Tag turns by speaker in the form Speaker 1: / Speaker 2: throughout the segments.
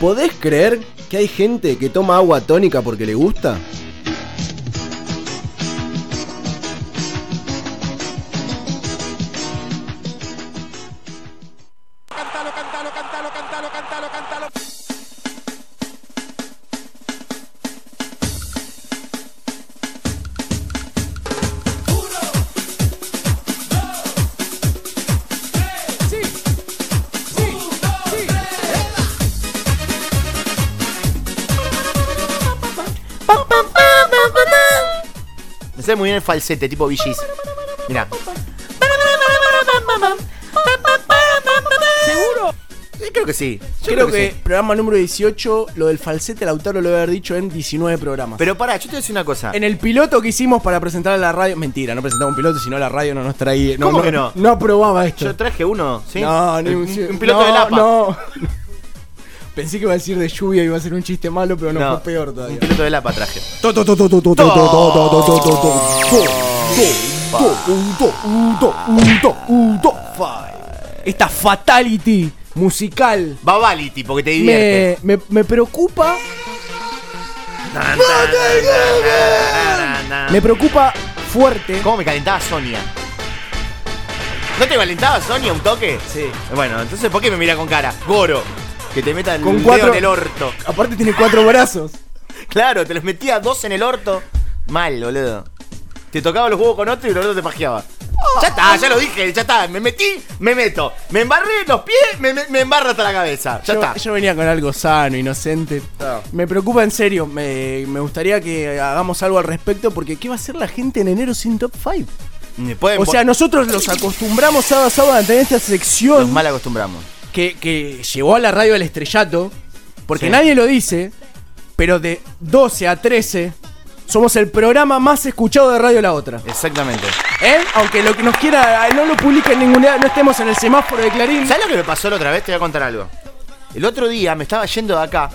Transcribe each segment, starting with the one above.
Speaker 1: ¿Podés creer que hay gente que toma agua tónica porque le gusta?
Speaker 2: Me sale muy bien el falsete, tipo VGs. Mira.
Speaker 3: ¿Seguro?
Speaker 2: creo que sí. Yo
Speaker 3: creo, que, programa número 18, lo del falsete Lautaro lo debe haber dicho en 19 programas.
Speaker 2: Pero pará, yo te voy a decir una cosa.
Speaker 3: en el piloto que hicimos para presentar a la radio. Mentira, no presentamos un piloto, sino la radio no nos traía. No,
Speaker 2: ¿Cómo
Speaker 3: no,
Speaker 2: que no?
Speaker 3: No aprobaba esto.
Speaker 2: Yo traje uno, ¿sí?
Speaker 3: No, ni
Speaker 2: El-
Speaker 3: un,
Speaker 2: un, piloto
Speaker 3: no,
Speaker 2: de Lapa.
Speaker 3: No. Pensé que iba a decir de lluvia y iba a ser un chiste malo, pero no,
Speaker 2: No,
Speaker 3: fue peor
Speaker 2: Un
Speaker 3: todavía.
Speaker 2: piloto de Lapa traje.
Speaker 3: To, to, to, to, to, to, to, to, to, to, to, to. To, to, to, to, to, to, five. Esta fatality musical
Speaker 2: Babality, porque te divierte.
Speaker 3: me, me, me preocupa. Me preocupa fuerte.
Speaker 2: ¿Cómo me calentaba Sonia? ¿No te calentaba Sonia un toque?
Speaker 3: Sí.
Speaker 2: Bueno, entonces ¿por qué me mira con cara? Goro. Que te metan
Speaker 3: Con
Speaker 2: un
Speaker 3: cuatro-
Speaker 2: dedo en el orto.
Speaker 3: Aparte tiene cuatro brazos.
Speaker 2: Claro, te los metía dos en el orto. Mal, boludo. Te tocaba los huevos con otro y el otro te pajeaba. Ya está, ya lo dije, ya está. Me metí, me meto. Me embarré los pies, me, me, me embarro hasta la cabeza. Ya
Speaker 3: yo,
Speaker 2: está.
Speaker 3: yo venía con algo sano, inocente.
Speaker 2: Claro.
Speaker 3: Me preocupa en serio. Me, me gustaría que hagamos algo al respecto porque ¿qué va a hacer la gente en enero sin top 5?
Speaker 2: Me pueden
Speaker 3: O sea,
Speaker 2: po-
Speaker 3: nosotros los acostumbramos sábado a sábado a tener esta
Speaker 2: Nos
Speaker 3: sección
Speaker 2: mal acostumbramos.
Speaker 3: que, que llevó a la radio al estrellato. Porque
Speaker 2: Sí.
Speaker 3: nadie lo dice, pero de 12 a 13 somos el programa más escuchado de Radio La Otra.
Speaker 2: Exactamente.
Speaker 3: ¿Eh? Aunque lo que nos quiera, eh, no lo publique en ningún lado, no estemos en el semáforo de Clarín.
Speaker 2: ¿Sabes lo que me pasó la otra vez? Te voy a contar algo. El otro día me estaba yendo de acá.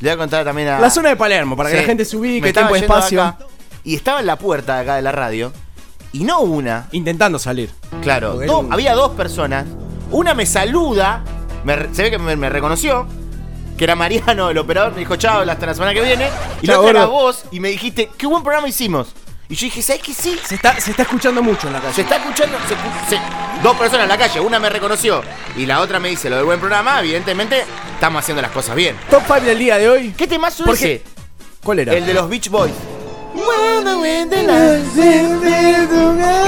Speaker 2: Le voy a contar también a.
Speaker 3: La zona de Palermo, para que
Speaker 2: Sí.
Speaker 3: la gente se
Speaker 2: Me
Speaker 3: ubique,
Speaker 2: estaba
Speaker 3: tiempo,
Speaker 2: yendo de
Speaker 3: espacio.
Speaker 2: acá, y estaba en la puerta de acá de la radio. Y no una,
Speaker 3: Intentando salir.
Speaker 2: Claro,
Speaker 3: Porque
Speaker 2: do-
Speaker 3: era un-
Speaker 2: había dos personas. Una me saluda, me re- se ve que me, me reconoció, que era Mariano, el operador, me dijo, chao, hasta la semana que viene. Y la
Speaker 3: Chao,
Speaker 2: otra era
Speaker 3: gordo.
Speaker 2: vos y me dijiste, qué buen programa hicimos. Y yo dije, ¿sabes qué sí?
Speaker 3: Se está, se está escuchando mucho en la
Speaker 2: Se
Speaker 3: calle.
Speaker 2: está escuchando. se escu- se- dos personas en la calle, una me reconoció y la otra me dice lo del buen programa. Evidentemente, estamos haciendo las cosas bien.
Speaker 3: Top 5 del día de hoy.
Speaker 2: ¿Qué tema
Speaker 3: ¿Por
Speaker 2: ese?
Speaker 3: ¿Cuál era?
Speaker 2: El de los Beach Boys.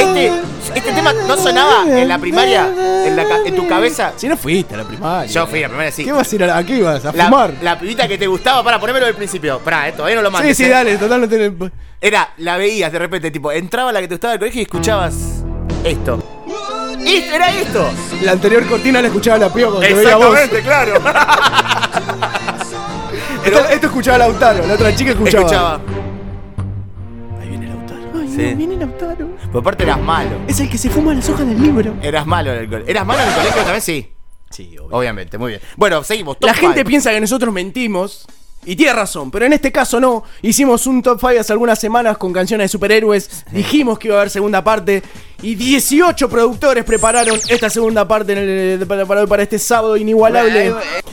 Speaker 2: Este,
Speaker 3: Este,
Speaker 2: este tema no sonaba en la primaria, en, la ca- en tu cabeza.
Speaker 3: Si no fuiste a la primaria.
Speaker 2: Yo fui a la primera, sí.
Speaker 3: ¿Qué vas a ir a, la- a qué ibas? ¿A
Speaker 2: La,
Speaker 3: fumar?
Speaker 2: la pibita que te gustaba, para ponérmelo del principio. Pará, eh, todavía no lo
Speaker 3: sí,
Speaker 2: mandes.
Speaker 3: sí,
Speaker 2: eh.
Speaker 3: dale, total no tiene.
Speaker 2: Era, la veías de repente, tipo, entraba la que te gustaba del colegio y escuchabas esto. Esto era esto.
Speaker 3: La anterior cortina la escuchaba la pío cuando te veía vos. Esto,
Speaker 2: claro. Pero
Speaker 3: esto escuchaba Lautaro, la otra chica escuchaba.
Speaker 2: escuchaba.
Speaker 3: Ahí viene Lautaro. Ay,
Speaker 2: Sí.
Speaker 3: no, viene Lautaro.
Speaker 2: Por parte eras malo.
Speaker 3: Es el que se fuma las hojas del libro.
Speaker 2: Eras malo en el colegio. ¿Eras malo en el colegio también? Sí.
Speaker 3: Sí,
Speaker 2: Obviamente, muy bien. Bueno, seguimos. top
Speaker 3: La gente
Speaker 2: five.
Speaker 3: piensa que nosotros mentimos. Y tiene razón, pero en este caso no. Hicimos un top 5 hace algunas semanas con canciones de superhéroes. Dijimos que iba a haber segunda parte. Y 18 productores prepararon esta segunda parte en el- para, para- para este sábado inigualable.
Speaker 2: eh, Que
Speaker 3: eh,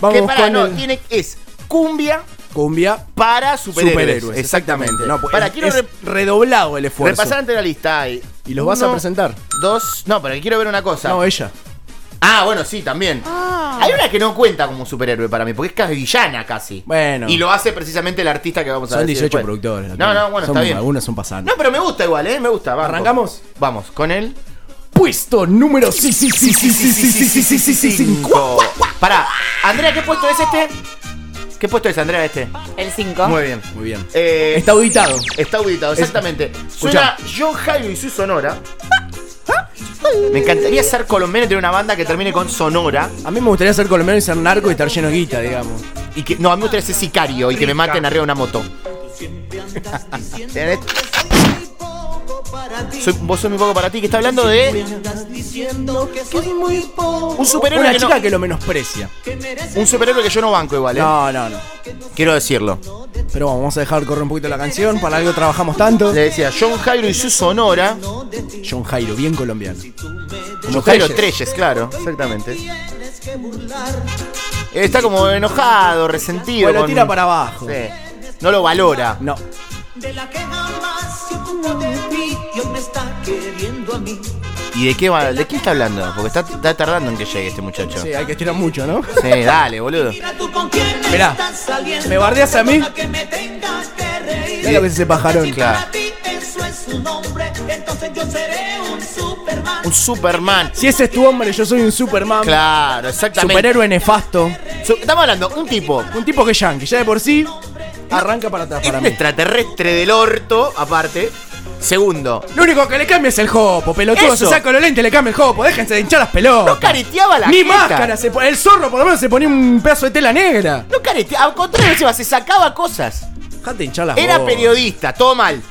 Speaker 3: Vamos
Speaker 2: para,
Speaker 3: con
Speaker 2: no,
Speaker 3: el-
Speaker 2: tiene, es cumbia
Speaker 3: cumbia.
Speaker 2: para superhéroes.
Speaker 3: Superhéroes.
Speaker 2: Exactamente.
Speaker 3: No, pues,
Speaker 2: para,
Speaker 3: es-
Speaker 2: quiero
Speaker 3: es
Speaker 2: re-
Speaker 3: redoblado el esfuerzo.
Speaker 2: repasar ante la lista. ahí.
Speaker 3: ¿Y los vas a
Speaker 2: Uno,
Speaker 3: presentar?
Speaker 2: Dos. No, pero quiero ver una cosa.
Speaker 3: No, ella.
Speaker 2: Ah, bueno, sí, también. Hay una que no cuenta como superhéroe para mí, porque es casi villana casi.
Speaker 3: Bueno.
Speaker 2: Y lo hace precisamente el artista que vamos a
Speaker 3: Son
Speaker 2: ver.
Speaker 3: 18 productores. la
Speaker 2: No,
Speaker 3: tengo.
Speaker 2: no, bueno,
Speaker 3: Son-
Speaker 2: está bien.
Speaker 3: Algunos son pasantes.
Speaker 2: No, pero me gusta igual, ¿eh? Me gusta. banco.
Speaker 3: ¿Arrancamos?
Speaker 2: Vamos, con él.
Speaker 3: Puesto número sí, sí, sí, sí, sí, sí, sí, sí, sí, sí, sí, cinco.
Speaker 2: Pará. Andrea, ¿qué puesto es este? ¿Qué puesto es, Andrea, este?
Speaker 4: El 5.
Speaker 2: Muy bien.
Speaker 3: Muy bien.
Speaker 2: Eh,
Speaker 3: Está auditado.
Speaker 2: Está auditado, exactamente. Suena
Speaker 3: Escuchá.
Speaker 2: John Jairo y su Sonora. Me encantaría ser colombiano y tener una banda que termine con Sonora.
Speaker 3: A mí me gustaría ser colombiano y ser narco y estar lleno de guita, digamos.
Speaker 2: Y que, no, a mí me gustaría ser sicario y que me maten arriba de una moto. ¿Entendés? Soy- vos sos muy poco para ti, que está hablando de un superhéroe,
Speaker 3: Una
Speaker 2: que no-
Speaker 3: chica que lo menosprecia.
Speaker 2: un superhéroe que yo no banco igual, ¿eh?
Speaker 3: No, no, no.
Speaker 2: quiero decirlo.
Speaker 3: Pero vamos, vamos a dejar correr un poquito la canción. Para algo trabajamos tanto.
Speaker 2: Le decía John Jairo y su Sonora.
Speaker 3: John Jairo, bien colombiano.
Speaker 2: Como Jairo Treyes, claro, exactamente. Está como enojado, resentido.
Speaker 3: Bueno,
Speaker 2: con-
Speaker 3: tira para abajo.
Speaker 2: Sí. No lo valora.
Speaker 3: No.
Speaker 4: De la que jamás se ocupó de mí, Dios me está queriendo a mí.
Speaker 2: ¿Y de qué va? ¿De qué está hablando? Porque está, está tardando en que llegue este muchacho.
Speaker 3: Sí, hay que estirar mucho, ¿no?
Speaker 2: Sí, dale, boludo.
Speaker 4: Mira tú con quién me
Speaker 3: Mirá,
Speaker 4: estás saliendo.
Speaker 3: ¿me bardeas a mí?
Speaker 4: Perdona que me tengas que reír.
Speaker 3: Mira lo que es ese pajarón.
Speaker 4: Si
Speaker 2: Claro.
Speaker 4: para ti eso es un hombre, entonces yo seré un superman.
Speaker 2: Un Superman.
Speaker 3: Si ese es tu hombre, yo soy un Superman.
Speaker 2: Claro, exactamente.
Speaker 3: Superhéroe nefasto.
Speaker 2: Su- estamos hablando, un tipo.
Speaker 3: Un tipo que es yankee, ya de por sí arranca para atrás
Speaker 2: Es
Speaker 3: para
Speaker 2: un
Speaker 3: mí.
Speaker 2: extraterrestre del orto, aparte. Segundo.
Speaker 3: Lo único que le cambia es el jopo, pelotudo. Se
Speaker 2: Eso.
Speaker 3: saca los lentes, le cambia el jopo. Déjense de hinchar las pelotas.
Speaker 2: No careteaba la
Speaker 3: Ni
Speaker 2: jeta.
Speaker 3: máscara. se po- el zorro por lo menos se ponía un pedazo de tela negra.
Speaker 2: No caretea, al contrario, encima, se sacaba cosas.
Speaker 3: Dejate de hinchar las
Speaker 2: Era
Speaker 3: bolas.
Speaker 2: periodista, todo mal.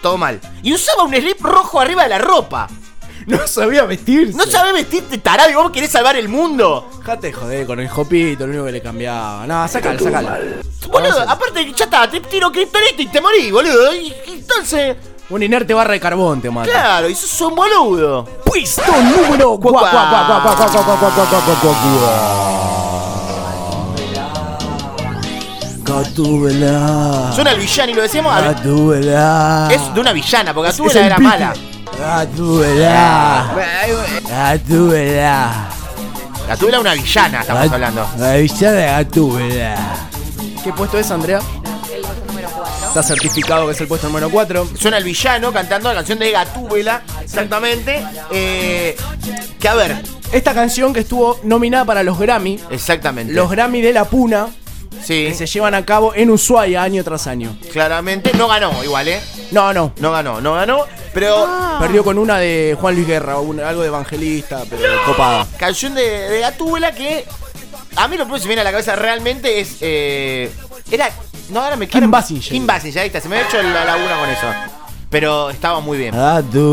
Speaker 2: Todo mal. Y usaba un slip rojo arriba de la ropa.
Speaker 3: No sabía vestirse.
Speaker 2: No sabés vestirte, tarado, y vos querés salvar el mundo.
Speaker 3: Dejate de joder con el jopito, lo único que le cambiaba. No, sácala, sácala.
Speaker 2: Boludo, aparte, ya está, te tiro criptonita y te morí, boludo. Y- y entonces,
Speaker 3: Un inerte barra de carbón te mata.
Speaker 2: claro, y sos un boludo.
Speaker 3: Puesto número
Speaker 2: Cuá,
Speaker 3: cuá, cuá, cuá, cuá, cuá, cuá, cuá, cuá, cuá, cuá, cuá, cuá. Gatúbela.
Speaker 2: Suena el villano y lo decíamos. a ver,
Speaker 3: Gatúbela.
Speaker 2: Es de una villana, porque
Speaker 3: es
Speaker 2: Azula
Speaker 3: el
Speaker 2: era
Speaker 3: Piti. Ah.
Speaker 2: mala.
Speaker 3: Gatúbela. Gatúbela.
Speaker 2: Azula era una villana, estamos hablando.
Speaker 3: La villana de Gatúbela. ¿Qué puesto es, Andrea?
Speaker 5: El puesto número 4.
Speaker 3: Está certificado que es el puesto número 4.
Speaker 2: Suena el villano cantando la canción de Gatúbela, exactamente. Eh, que a ver,
Speaker 3: Esta canción que estuvo nominada para los Grammy,
Speaker 2: exactamente.
Speaker 3: los Grammy de la Puna,
Speaker 2: sí,
Speaker 3: que se llevan a cabo en Ushuaia año tras año.
Speaker 2: claramente. No ganó, igual, ¿eh?
Speaker 3: No, no.
Speaker 2: No ganó, no ganó. Pero
Speaker 5: Ah.
Speaker 3: Perdió con una de Juan Luis Guerra, una- algo de evangelista, pero copada.
Speaker 2: canción de, de Gatúbela que a mí lo primero que se me viene a la cabeza realmente es. eh, era. No, ahora me
Speaker 3: Kim
Speaker 2: ahora me-
Speaker 3: Basinger.
Speaker 2: Kim Basinger, ahí está. Se me ha hecho la laguna con eso. Pero estaba muy bien. Sí,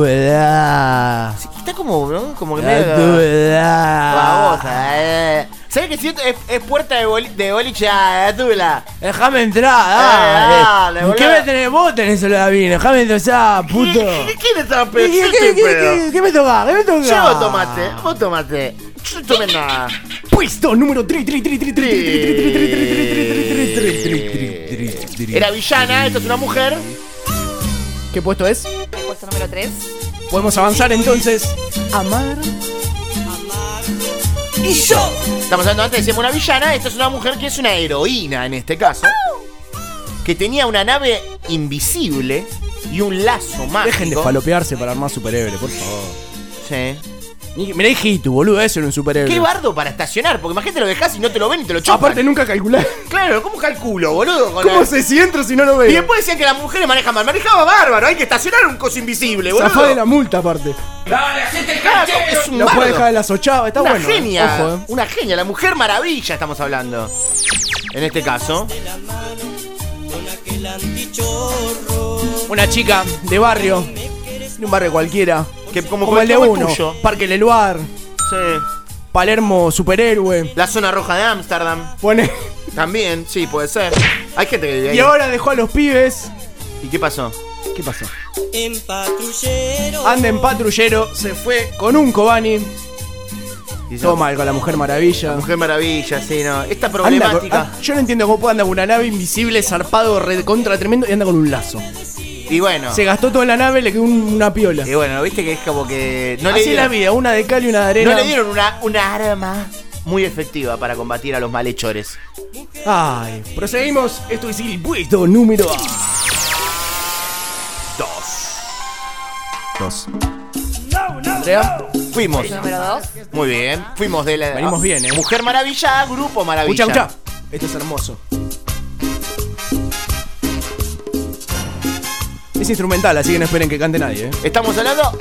Speaker 2: Está como, ¿no? Como que medio- Babosa, eh. ¿Sabes qué siento? Es, es puerta de, boli de boliche a Gatúbela.
Speaker 3: Déjame entrar,
Speaker 2: dale. Eh, dale, ¿Qué boludo. me
Speaker 3: tenés vos tenés el David? Déjame entrar, puto.
Speaker 2: ¿Qué quién está pensando? ¿Qué, pedo?
Speaker 3: me toca? ¿Qué me toca?
Speaker 2: Yo vos tomate, vos tomate. Yo no tomé nada.
Speaker 3: Puesto número 3,
Speaker 2: Era villana, esta es una mujer.
Speaker 3: ¿Qué puesto es?
Speaker 5: El puesto número 3.
Speaker 3: Podemos avanzar entonces. Amar.
Speaker 4: Y yo,
Speaker 2: Estamos hablando antes, decíamos una villana, esta es una mujer que es una heroína en este caso. Que tenía una nave invisible y un lazo mágico.
Speaker 3: Dejen de falopearse para armar superhéroe, por favor.
Speaker 2: Sí.
Speaker 3: Ni- Mirá, hijito, boludo, eso era un superhéroe.
Speaker 2: Qué bardo para estacionar, porque imagínate lo dejás y no te lo ven y te lo chocan.
Speaker 3: Aparte, nunca calculé.
Speaker 2: claro, ¿cómo calculo, boludo? Con
Speaker 3: ¿Cómo
Speaker 2: la-
Speaker 3: sé si entro si no lo
Speaker 2: Y
Speaker 3: veo?
Speaker 2: después decían que las mujeres manejan mal. Manejaba bárbaro, hay que estacionar un coso invisible, boludo.
Speaker 3: Zafá de la multa, aparte.
Speaker 2: Claro, es un
Speaker 3: No puede
Speaker 2: bardo.
Speaker 3: dejar de las ochavas, está
Speaker 2: una
Speaker 3: bueno.
Speaker 2: genia,
Speaker 3: Ojo, eh.
Speaker 2: una genia, la mujer maravilla estamos hablando. En este caso,
Speaker 3: Una chica de barrio, de un barrio cualquiera,
Speaker 2: que como,
Speaker 3: como el de
Speaker 2: como
Speaker 3: uno,
Speaker 2: tuyo.
Speaker 3: Parque Leluar,
Speaker 2: Sí.
Speaker 3: Palermo superhéroe,
Speaker 2: La zona roja de Ámsterdam.
Speaker 3: pone...
Speaker 2: También, sí, puede ser. Hay gente que vive ahí.
Speaker 3: Y ahora dejó a los pibes...
Speaker 2: ¿Y qué pasó?
Speaker 3: ¿Qué pasó? Anda en patrullero, se fue con un Kobani,
Speaker 2: Dice,
Speaker 3: toma algo a la Mujer Maravilla.
Speaker 2: Mujer maravilla, sí, no. Esta
Speaker 3: Anda
Speaker 2: problemática.
Speaker 3: con- ah, yo no entiendo cómo puede andar con una nave invisible, zarpado, red contra tremendo y anda con un lazo.
Speaker 2: y bueno.
Speaker 3: Se gastó toda la nave, le quedó un- una piola.
Speaker 2: Y bueno, viste que es como que. Eh, No le
Speaker 3: Así es
Speaker 2: dieron,
Speaker 3: la vida, una de cal y una de arena.
Speaker 2: no le dieron una, una arma muy efectiva para combatir a los malhechores.
Speaker 3: Ay, proseguimos. Esto es el puesto número
Speaker 2: Dos.
Speaker 3: 2. Andrea,
Speaker 2: Fuimos.
Speaker 5: Puesto número 2.
Speaker 2: Muy bien. Fuimos de la.
Speaker 3: Venimos bien, eh.
Speaker 2: Mujer maravilla, grupo maravilla.
Speaker 3: escucha, escucha. Esto es hermoso. Es instrumental, así que no esperen que cante nadie, ¿eh?
Speaker 2: Estamos hablando.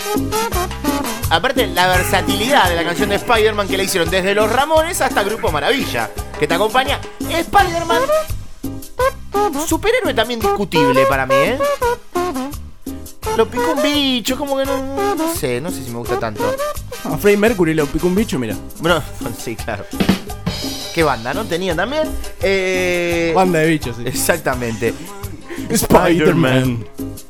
Speaker 2: Aparte, la versatilidad de la canción de Spider-Man que la hicieron desde Los Ramones hasta Grupo Maravilla, que te acompaña. Spider-Man. Superhéroe también discutible para mí, ¿eh? Lo picó un bicho, como que no. No sé, no sé si me gusta tanto.
Speaker 3: A Ah, Freddie Mercury le picó un bicho, mira.
Speaker 2: Bueno, sí, claro. ¿Qué banda, no? Tenía también. Eh.
Speaker 3: Banda de bichos, sí.
Speaker 2: Exactamente.
Speaker 3: Spider-Man.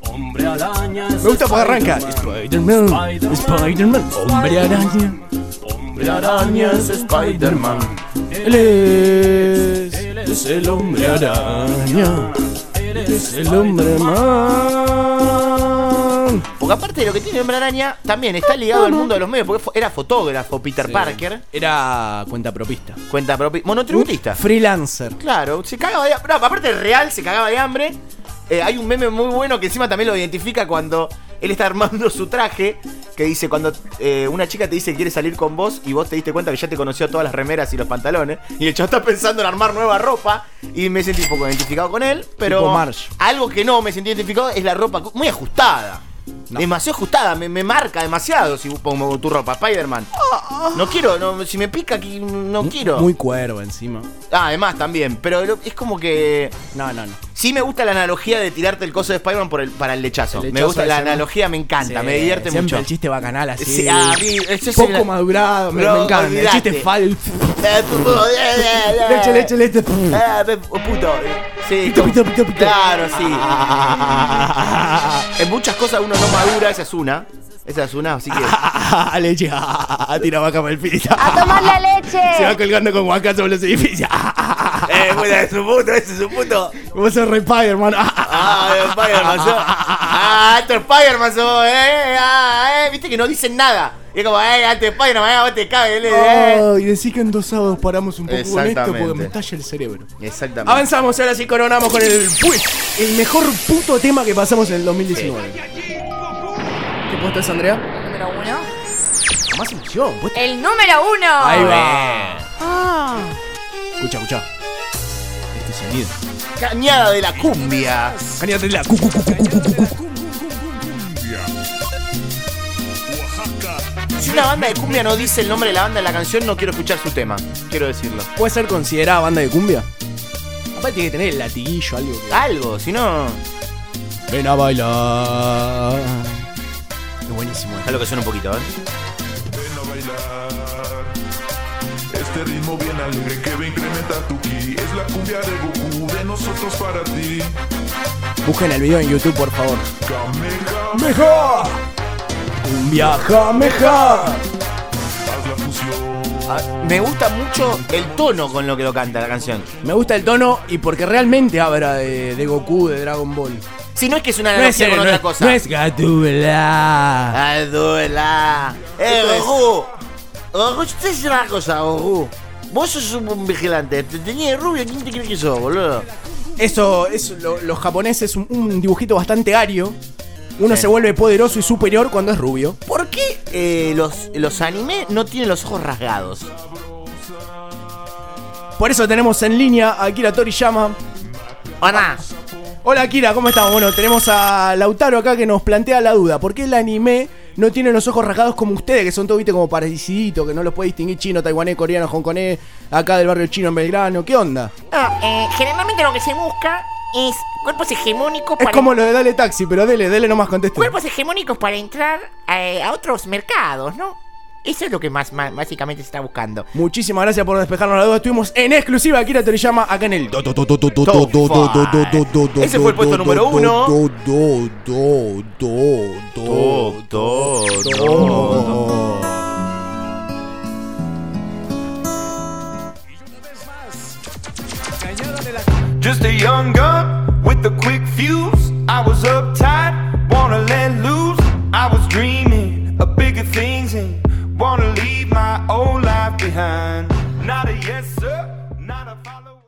Speaker 6: Hombre araña.
Speaker 3: Me gusta porque arranca. Spider-Man, Spider-Man, hombre araña.
Speaker 6: Hombre araña es Spider-Man.
Speaker 3: Él es, él es el hombre araña. Él es el hombre man.
Speaker 2: Porque aparte de lo que tiene Hombre Araña, también está ligado al mundo de los medios, porque fo- era fotógrafo Peter Parker,
Speaker 3: Era cuentapropista.
Speaker 2: cuenta propia, monotributista.
Speaker 3: Freelancer.
Speaker 2: Claro, se cagaba de hambre. No, aparte real, se cagaba de hambre. Eh, hay un meme muy bueno que encima también lo identifica cuando él está armando su traje. Que dice cuando eh, una chica te dice que quiere salir con vos y vos te diste cuenta que ya te conoció todas las remeras y los pantalones. Y el chavo está pensando en armar nueva ropa. Y me sentí un poco identificado con él. Pero
Speaker 3: Tipo Marge.
Speaker 2: algo que no me sentí identificado es la ropa muy ajustada. Demasiado ajustada, me, me marca demasiado si pongo tu ropa, Spider-Man. No quiero, no, si me pica aquí, no quiero.
Speaker 3: Ah, Muy cuervo encima.
Speaker 2: Ah, además también, pero lo- es como que
Speaker 3: No, no, no.
Speaker 2: sí me gusta la analogía de tirarte el coso de Spider-Man por el, para el lechazo.
Speaker 3: El
Speaker 2: me
Speaker 3: lechazo
Speaker 2: gusta
Speaker 3: ese,
Speaker 2: la
Speaker 3: ¿no?
Speaker 2: analogía, me encanta,
Speaker 3: Sí,
Speaker 2: me divierte
Speaker 3: siempre
Speaker 2: mucho.
Speaker 3: el chiste bacanal así.
Speaker 2: Sí, a mí, eso es
Speaker 3: Poco
Speaker 2: el-
Speaker 3: madurado, me,
Speaker 2: Bro,
Speaker 3: me encanta. El
Speaker 2: olvidate.
Speaker 3: chiste fal.
Speaker 2: Eh, puto, eh, eh, eh.
Speaker 3: leche, leche, leche.
Speaker 2: Eh, pe- oh, puto. Sí,
Speaker 3: Pito,
Speaker 2: como-
Speaker 3: pito, pito, pito.
Speaker 2: Claro, sí. en muchas cosas uno no madura, esa es una. Esa es una, así que.
Speaker 3: Ah, leche. Ah, Tira vaca para el pito.
Speaker 5: ¡A tomar la leche!
Speaker 3: Se va colgando con guaca sobre los edificios.
Speaker 2: eh, bueno, es un puto, ese es un puto.
Speaker 3: Vos sos re Spider-Man.
Speaker 2: Ah, Spider-Man, sos- Ah, alto Spider-Man, sos, eh, ah, eh. Viste que no dicen nada. Y es como, eh, alto Spider-Man, eh, vos te cagues, eh.
Speaker 3: y decís que en dos sábados paramos un poco con esto porque me
Speaker 2: Exactamente.
Speaker 3: talla el cerebro.
Speaker 2: Exactamente.
Speaker 3: Avanzamos, ahora sí coronamos con el pues, el mejor puto tema que pasamos en el 2019. ¿Qué puesto es, Andrea?
Speaker 5: Número uno.
Speaker 3: Más emoción, puesto.
Speaker 5: El número uno.
Speaker 3: Ahí va. Escucha, escucha. Este sonido.
Speaker 2: Cañada de la cumbia.
Speaker 3: Cañate la cu, cu, cu, cu, cu, cu, cu, cu.
Speaker 2: Si una banda de cumbia no dice el nombre de la banda en la canción, no quiero escuchar su tema. Quiero decirlo.
Speaker 3: ¿Puede ser considerada banda de cumbia? Aparte tiene que tener el latiguillo, algo que.
Speaker 2: Algo, si no.
Speaker 3: Ven a bailar. Es buenísimo. eh.
Speaker 2: Algo que suena un poquito, ¿eh?
Speaker 7: Ven a bailar. Este ritmo bien alegre que va a incrementar tu ki es la cumbia de Goku de nosotros para ti.
Speaker 3: Busquen el video en YouTube, por favor.
Speaker 7: Kamehameha,
Speaker 3: ¡Meja! ¡Cumbia jameja!
Speaker 7: haz la fusión.
Speaker 2: Ah, Me gusta mucho el tono con lo que lo canta la canción.
Speaker 3: Me gusta el tono y porque realmente habla de, de Goku, de Dragon Ball.
Speaker 2: Si no es que es una analogía con otra cosa.
Speaker 3: no es Gatúbela.
Speaker 2: Ay, duela. Eh, Goku. Goku, yo te decir una cosa, Goku. Vos sos un buen vigilante. Te tenía de rubio. ¿Quién te crees que sos, boludo?
Speaker 3: Eso, eso lo- los japoneses, un, un dibujito bastante ario. Uno se vuelve poderoso y superior cuando es rubio.
Speaker 2: ¿Por qué eh, los, los anime no tienen los ojos rasgados?
Speaker 3: Por eso tenemos en línea a Akira Toriyama.
Speaker 2: Hola.
Speaker 3: Hola Akira, ¿cómo estamos? Bueno, tenemos a Lautaro acá que nos plantea la duda. ¿Por qué el anime no tiene los ojos rasgados como ustedes, que son todo, viste, como pareciditos, que no los puede distinguir chino, taiwanés, coreano, hongkonés, acá del barrio chino en Belgrano? ¿Qué onda?
Speaker 8: Ah, eh, generalmente lo que se busca es cuerpos hegemónicos
Speaker 3: Es
Speaker 8: para
Speaker 3: como lo de Dale Taxi, pero dele, dele nomás conteste.
Speaker 8: cuerpos hegemónicos para entrar eh, a otros mercados, ¿no? Eso es lo que más, más- básicamente se está buscando.
Speaker 3: Muchísimas gracias por despejarnos la duda. Estuvimos en exclusiva Akira Toriyama acá en el Doto.
Speaker 2: Top five. Ese fue el puesto número uno.
Speaker 9: Just a young gun with a quick fuse. I was uptight, wanna let loose. I was dreaming of bigger things and wanna leave my old life behind. Not a yes, sir, not a follow.